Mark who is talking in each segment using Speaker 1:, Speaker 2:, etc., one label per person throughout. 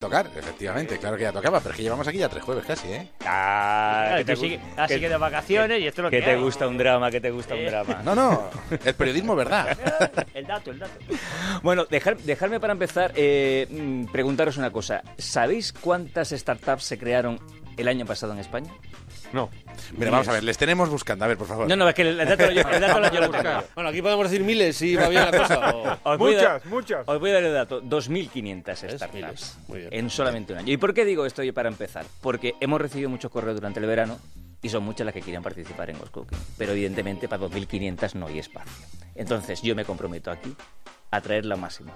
Speaker 1: Tocar, efectivamente, claro que ya tocaba, pero es que llevamos aquí ya tres jueves casi, ¿eh?
Speaker 2: Ah,
Speaker 3: Claro,
Speaker 2: que te,
Speaker 3: tú sigue-
Speaker 2: gu-
Speaker 3: ah,
Speaker 2: que-
Speaker 3: sigue de vacaciones y esto es lo que,
Speaker 2: que te
Speaker 3: hay.
Speaker 2: gusta un drama, que te gusta un
Speaker 3: Eh.
Speaker 2: drama.
Speaker 1: Ah, No, no, el periodismo, ¿verdad?
Speaker 3: El dato, el dato.
Speaker 2: Bueno, dejar, dejarme para empezar eh, mm, preguntaros una cosa. ¿Sabéis cuántas startups se crearon el año pasado en España?
Speaker 4: No.
Speaker 1: Mira, vamos a ver, les tenemos buscando, a ver, por favor.
Speaker 2: No, no, es que el el dato, lo yo- el dato lo yo lo tengo.
Speaker 5: Bueno, aquí podemos decir miles si va bien la cosa. o-
Speaker 2: Os voy a dar-
Speaker 4: Muchas, muchas.
Speaker 2: Os voy a dar el dato, 2.500 startups
Speaker 5: miles, muy bien.
Speaker 2: en solamente un año. ¿Y por qué digo esto oye, para empezar? Porque hemos recibido muchos correos durante el verano y son muchas las que querían participar en Ghost Cooking. Pero evidentemente para 2.500 no hay espacio. Entonces yo me comprometo aquí a traer la máxima.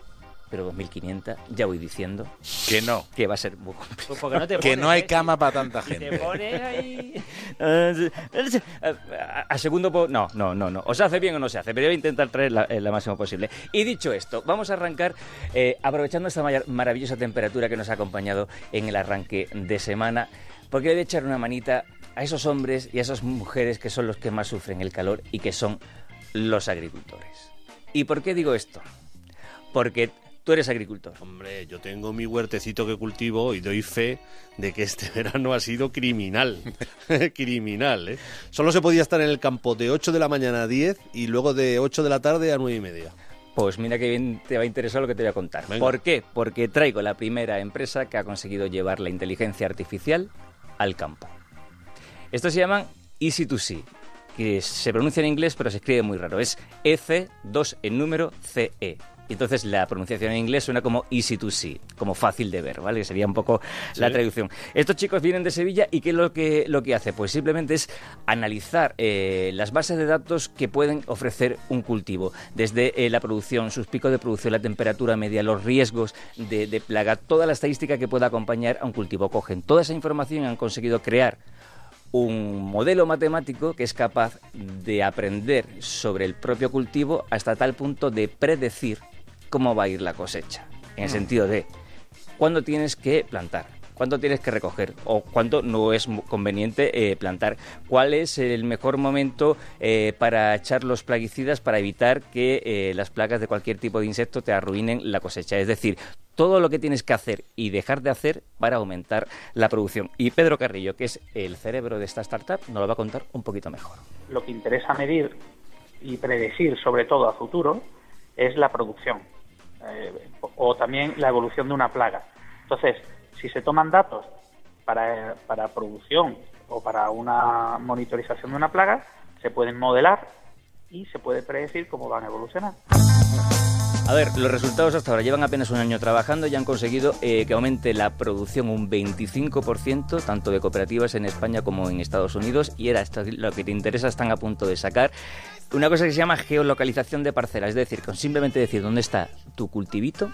Speaker 2: Pero 2.500 ya voy diciendo
Speaker 1: Que no,
Speaker 2: que va a ser muy complicado.
Speaker 3: Pues porque no te
Speaker 1: que
Speaker 3: pones,
Speaker 1: no hay
Speaker 3: ¿eh?
Speaker 1: cama para tanta
Speaker 3: Si
Speaker 1: gente.
Speaker 3: Te pones ahí.
Speaker 2: Eh, a- A segundo po- No, no, no, no. O se hace bien o no se hace, pero voy a intentar traer la, eh, la máxima posible. Y dicho esto, vamos a arrancar eh, aprovechando esta maya- maravillosa temperatura que nos ha acompañado en el arranque de semana, porque voy a echar una manita a esos hombres y a esas mujeres que son los que más sufren el calor y que son los agricultores. ¿Y por qué digo esto? Porque tú eres agricultor.
Speaker 5: Hombre, yo tengo mi huertecito que cultivo y doy fe de que este verano ha sido criminal. criminal, ¿eh? Solo se podía estar en el campo de 8 de la mañana a 10 y luego de 8 de la tarde a 9 y media.
Speaker 2: Pues mira que bien te va a interesar lo que te voy a contar.
Speaker 5: Venga.
Speaker 2: ¿Por qué? Porque traigo la primera empresa que ha conseguido llevar la inteligencia artificial al campo. Estos se llaman Easy2C, que se pronuncia en inglés pero se escribe muy raro. Es EC2 en número CE. Entonces la pronunciación en inglés suena como easy to see, como fácil de ver, ¿vale? Que sería un poco la traducción. Estos chicos vienen de Sevilla y ¿qué es lo que, lo que hace? Pues simplemente es analizar eh, las bases de datos que pueden ofrecer un cultivo. Desde eh, la producción, sus picos de producción, la temperatura media, los riesgos de, de plaga, toda la estadística que pueda acompañar a un cultivo. Cogen toda esa información y han conseguido crear un modelo matemático que es capaz de aprender sobre el propio cultivo hasta tal punto de predecir cómo va a ir la cosecha. En el sentido de cuándo tienes que plantar, cuándo tienes que recoger o cuándo no es mu- conveniente eh, plantar, cuál es el mejor momento eh, para echar los plaguicidas para evitar que eh, las plagas de cualquier tipo de insecto te arruinen la cosecha. Es decir, todo lo que tienes que hacer y dejar de hacer para aumentar la producción. Y Pedro Carrillo, que es el cerebro de esta startup, nos lo va a contar un poquito mejor.
Speaker 6: lo que interesa medir y predecir, sobre todo a futuro, es la producción eh, o también la evolución de una plaga. Entonces, si se toman datos para, para producción o para una monitorización de una plaga, se pueden modelar y se puede predecir cómo van a evolucionar.
Speaker 2: A ver, los resultados hasta ahora llevan apenas un año trabajando y han conseguido eh, que aumente la producción un 25%, tanto de cooperativas en España como en Estados Unidos, y era esto lo que te interesa, están a punto de sacar una cosa que se llama geolocalización de parcelas, es decir, con simplemente decir dónde está tu cultivito,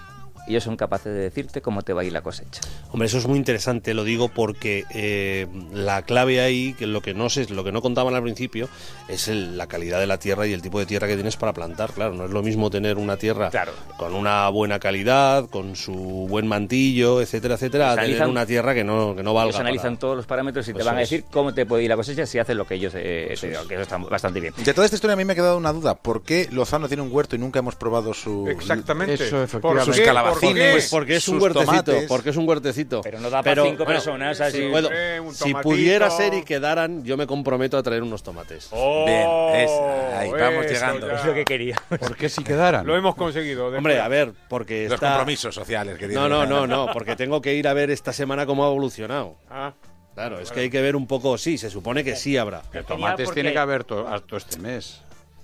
Speaker 2: ellos son capaces de decirte cómo te va a ir la cosecha.
Speaker 5: Hombre, eso es muy interesante, lo digo porque eh, la clave ahí, que lo que no sé, lo que no contaban al principio, es el- la calidad de la tierra y el tipo de tierra que tienes para plantar. Claro, no es lo mismo tener una tierra
Speaker 2: Claro.
Speaker 5: con una buena calidad, con su buen mantillo, etcétera, etcétera, a
Speaker 2: Pues
Speaker 5: tener
Speaker 2: analizan-
Speaker 5: una tierra que no, que no valga.
Speaker 2: Ellos analizan
Speaker 5: para-
Speaker 2: todos los parámetros y te
Speaker 5: Eso
Speaker 2: van a
Speaker 5: es. Pues
Speaker 2: decir cómo te puede ir la cosecha si haces lo que ellos eh, te digan, que eso está bastante bien.
Speaker 1: De toda esta historia a mí me ha quedado una duda. ¿Por qué Lozano tiene un huerto y nunca hemos probado su...
Speaker 4: Exactamente.
Speaker 7: Eso,
Speaker 4: ¿Por
Speaker 7: efectivamente.
Speaker 4: qué?
Speaker 1: Sus calabacines.
Speaker 4: ¿Por qué?
Speaker 1: Pues,
Speaker 5: Porque es un
Speaker 1: sus
Speaker 5: huertecito,
Speaker 1: tomates.
Speaker 5: porque es un huertecito.
Speaker 2: Pero no da para cinco personas,
Speaker 5: si
Speaker 2: así.
Speaker 5: puedo-
Speaker 4: Eh, un
Speaker 5: si
Speaker 4: tomatito.
Speaker 5: pudiera ser y quedaran, yo me comprometo a traer unos tomates.
Speaker 1: Bien, es-
Speaker 4: Oh,
Speaker 1: ahí vamos
Speaker 4: eso
Speaker 1: llegando.
Speaker 4: ya.
Speaker 2: Es lo que quería.
Speaker 7: ¿Por qué si quedaran?
Speaker 4: Lo hemos conseguido. después.
Speaker 5: Hombre, a ver, porque
Speaker 1: Los
Speaker 5: está...
Speaker 1: compromisos sociales que tiene.
Speaker 5: No, no, no, no, porque tengo que ir a ver esta semana cómo ha evolucionado.
Speaker 4: Ah,
Speaker 5: Claro, es que hay que ver un poco, sí, se supone que sí habrá.
Speaker 7: Tomates tiene que haber to- harto este mes.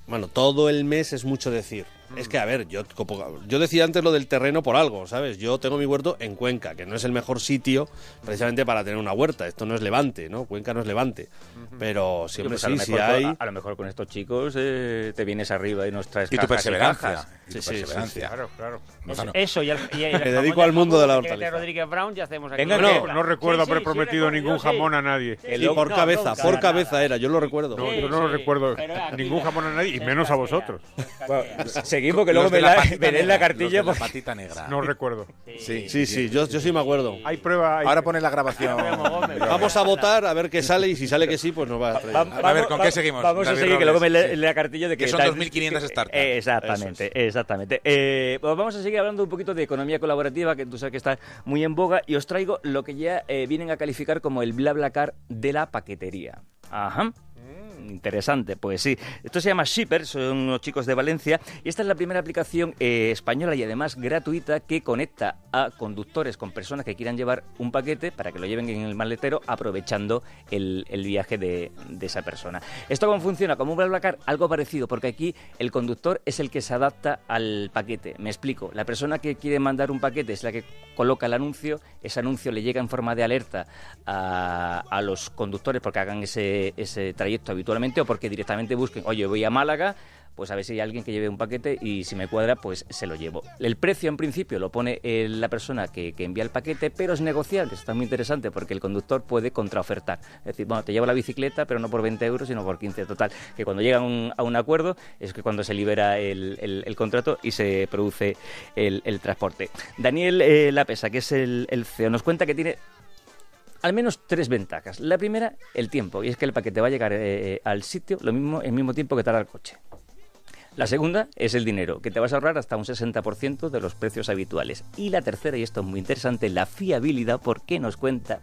Speaker 5: Bueno, todo el mes es mucho decir. Es que, a ver, yo, como- yo decía antes lo del terreno por algo, ¿sabes? Yo tengo mi huerto en Cuenca, que no es el mejor sitio precisamente para tener una huerta. Esto no es Levante, ¿no? Cuenca no es Levante. Pero
Speaker 2: Oye,
Speaker 5: siempre
Speaker 2: pues a lo
Speaker 5: sí, sí
Speaker 2: mejor con-
Speaker 5: hay...
Speaker 2: a, a lo mejor con estos chicos eh, te vienes arriba y nos traes
Speaker 1: Y tu
Speaker 2: cajas
Speaker 1: perseverancia. Y
Speaker 2: cajas.
Speaker 1: tu
Speaker 5: Sí, sí, sí,
Speaker 1: perseverancia.
Speaker 4: claro, claro.
Speaker 1: Lozano.
Speaker 3: Eso, y, el- y el
Speaker 5: Me
Speaker 3: jamón
Speaker 5: dedico
Speaker 3: del
Speaker 5: al mundo de la
Speaker 3: jamón que
Speaker 5: hortaliza.
Speaker 3: Rodríguez Brown ya hacemos aquí.
Speaker 2: Venga,
Speaker 3: una
Speaker 2: no,
Speaker 3: película.
Speaker 4: no recuerdo haber
Speaker 3: sí, recuerdo,
Speaker 4: prometido ningún
Speaker 3: yo
Speaker 4: jamón a nadie.
Speaker 3: Sí,
Speaker 5: Y
Speaker 3: sí,
Speaker 5: por
Speaker 3: no,
Speaker 5: cabeza,
Speaker 3: nunca,
Speaker 5: por
Speaker 3: nada.
Speaker 5: cabeza era, yo lo recuerdo.
Speaker 4: No,
Speaker 3: Sí,
Speaker 4: yo no
Speaker 3: sí,
Speaker 4: recuerdo
Speaker 3: pero aquí
Speaker 4: ningún
Speaker 3: la-
Speaker 4: jamón a nadie, y
Speaker 3: en
Speaker 4: menos a
Speaker 3: Castilla.
Speaker 4: vosotros.
Speaker 2: Bueno, aquí porque luego
Speaker 1: Los de
Speaker 2: me la,
Speaker 1: patita
Speaker 2: veréis la
Speaker 1: negra,
Speaker 2: cartilla. pues.
Speaker 1: Los de
Speaker 2: porque-
Speaker 1: la patita negra.
Speaker 4: No recuerdo.
Speaker 1: Sí,
Speaker 5: Sí, sí, yo, yo sí me acuerdo.
Speaker 4: Hay prueba. hay-
Speaker 1: Ahora pone la grabación.
Speaker 3: Ahora ponemos Gómez.
Speaker 5: Vamos a votar a ver qué sale y si sale que sí, pues nos va a traer.
Speaker 1: A ver, ¿con qué seguimos,
Speaker 2: Vamos a
Speaker 1: David
Speaker 2: seguir, que luego me
Speaker 1: Robles?
Speaker 2: le-
Speaker 1: Sí.
Speaker 2: la cartilla de que...
Speaker 1: Que son
Speaker 2: tal-
Speaker 1: 2.500
Speaker 2: que-
Speaker 1: startups.
Speaker 2: eh, exactamente, exactamente. Eh, pues vamos a seguir hablando un poquito de economía colaborativa, que tú sabes que está muy en boga, y os traigo lo que ya eh, vienen a calificar como el BlaBlaCar de la paquetería. Ajá. Interesante, pues sí. Esto se llama Shipper, son unos chicos de Valencia, y esta es la primera aplicación eh, española y además gratuita que conecta a conductores con personas que quieran llevar un paquete para que lo lleven en el maletero aprovechando el, el viaje de, de esa persona. Esto cómo funciona, como un BlaBlaCar, algo parecido, porque aquí el conductor es el que se adapta al paquete. Me explico, la persona que quiere mandar un paquete es la que coloca el anuncio, ese anuncio le llega en forma de alerta a, a los conductores porque hagan ese, ese trayecto habitualmente o porque directamente busquen, oye, voy a Málaga, pues a ver si hay alguien que lleve un paquete y si me cuadra, pues se lo llevo. El precio en principio lo pone eh, la persona que, que envía el paquete, pero es negociable, eso está muy interesante porque el conductor puede contraofertar. Es decir, bueno, te llevo la bicicleta, pero no por 20 euros, sino por 15 total. Que cuando llegan un- a un acuerdo es que cuando se libera el, el- el contrato y se produce el, el transporte. Daniel eh, Lapesa, que es el, el CEO, nos cuenta que tiene al menos tres ventajas. La primera, el tiempo, y es que el paquete va a llegar eh, al sitio lo mismo, el mismo tiempo que tarda el coche. La segunda es el dinero, que te vas a ahorrar hasta un 60% de los precios habituales. Y la tercera, y esto es muy interesante, la fiabilidad, porque nos cuenta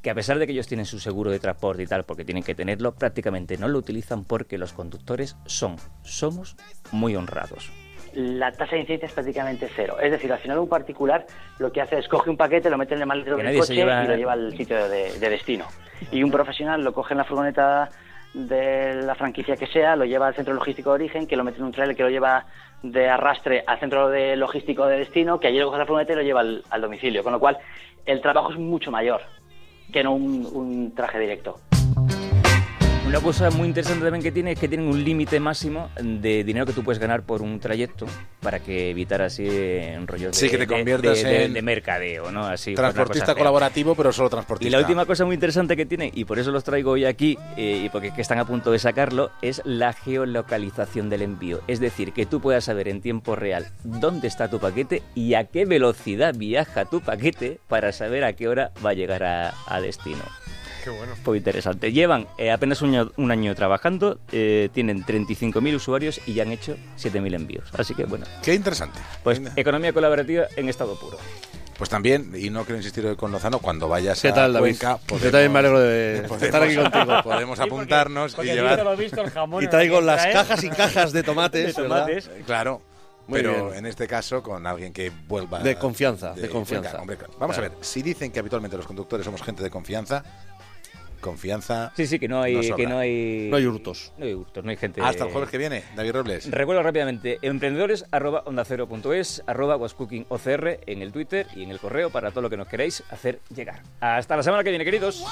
Speaker 2: que a pesar de que ellos tienen su seguro de transporte y tal, porque tienen que tenerlo, prácticamente no lo utilizan porque los conductores son, somos muy honrados.
Speaker 8: la tasa de incidencia es prácticamente cero. Es decir, al final un particular lo que hace es coge un paquete, lo mete en el maletero
Speaker 2: Que
Speaker 8: del
Speaker 2: nadie se
Speaker 8: coche
Speaker 2: lleva-
Speaker 8: y lo lleva al sitio de, de destino. Y un profesional lo coge en la furgoneta de la franquicia que sea, lo lleva al centro logístico de origen, que lo mete en un trailer que lo lleva de arrastre al centro de logístico de destino, que allí lo coge en la furgoneta y lo lleva al, al domicilio. Con lo cual, el trabajo es mucho mayor que no un- un traje directo.
Speaker 2: Una cosa muy interesante también que tiene es que tienen un límite máximo de dinero que tú puedes ganar por un trayecto para que evitar así eh, un rollo de,
Speaker 1: Sí, que te
Speaker 2: de-
Speaker 1: conviertas
Speaker 2: de- de-
Speaker 1: en
Speaker 2: de mercadeo, ¿no? Así, pues, una cosa
Speaker 1: Transportista
Speaker 2: fea.
Speaker 1: colaborativo, pero solo
Speaker 2: Y
Speaker 1: transportista.
Speaker 2: la última cosa muy interesante que tiene, y por eso los traigo hoy aquí, eh, y porque es que están a punto de sacarlo, es la geolocalización del envío. Es decir, que tú puedas saber en tiempo real dónde está tu paquete y a qué velocidad viaja tu paquete para saber a qué hora va a llegar a, a destino.
Speaker 4: Qué bueno.
Speaker 2: Un poco interesante. Llevan eh, apenas un año, un año trabajando, eh, tienen 35.000 usuarios y ya han hecho 7.000 envíos. Así que bueno,
Speaker 1: Qué interesante.
Speaker 2: pues
Speaker 1: Venga.
Speaker 2: economía colaborativa en estado puro.
Speaker 1: Pues también, y no quiero insistir hoy con Lozano, cuando vayas
Speaker 5: ¿Qué
Speaker 1: a
Speaker 5: tal, David?
Speaker 1: Cuenca,
Speaker 5: Yo también me alegro de
Speaker 1: pues, podemos-
Speaker 5: estar aquí contigo.
Speaker 1: Podemos apuntarnos y llevar...
Speaker 3: visto el jamón. ¿eh?
Speaker 5: Y traigo las cajas y cajas de tomates,
Speaker 2: ¿eh? De
Speaker 5: ¿verdad?
Speaker 2: tomates.
Speaker 1: Claro.
Speaker 5: Muy
Speaker 1: pero
Speaker 5: bien.
Speaker 1: en este caso con alguien que vuelva...
Speaker 5: De confianza, de confianza.
Speaker 1: Venga, hombre, claro. Vamos
Speaker 5: Claro.
Speaker 1: a ver, si dicen que habitualmente los conductores somos gente de confianza, confianza...
Speaker 2: Sí, sí, que no hay,
Speaker 1: Nos sobra.
Speaker 2: que no hay,
Speaker 5: No hay hurtos.
Speaker 2: no hay hurtos, no hay gente.
Speaker 1: Hasta el jueves que viene, David Robles.
Speaker 2: Recuerdo rápidamente, emprendedores arroba ondacero.es, arroba wascookingocr en el Twitter y en el correo para todo lo que nos queréis hacer llegar. Hasta la semana que viene, queridos.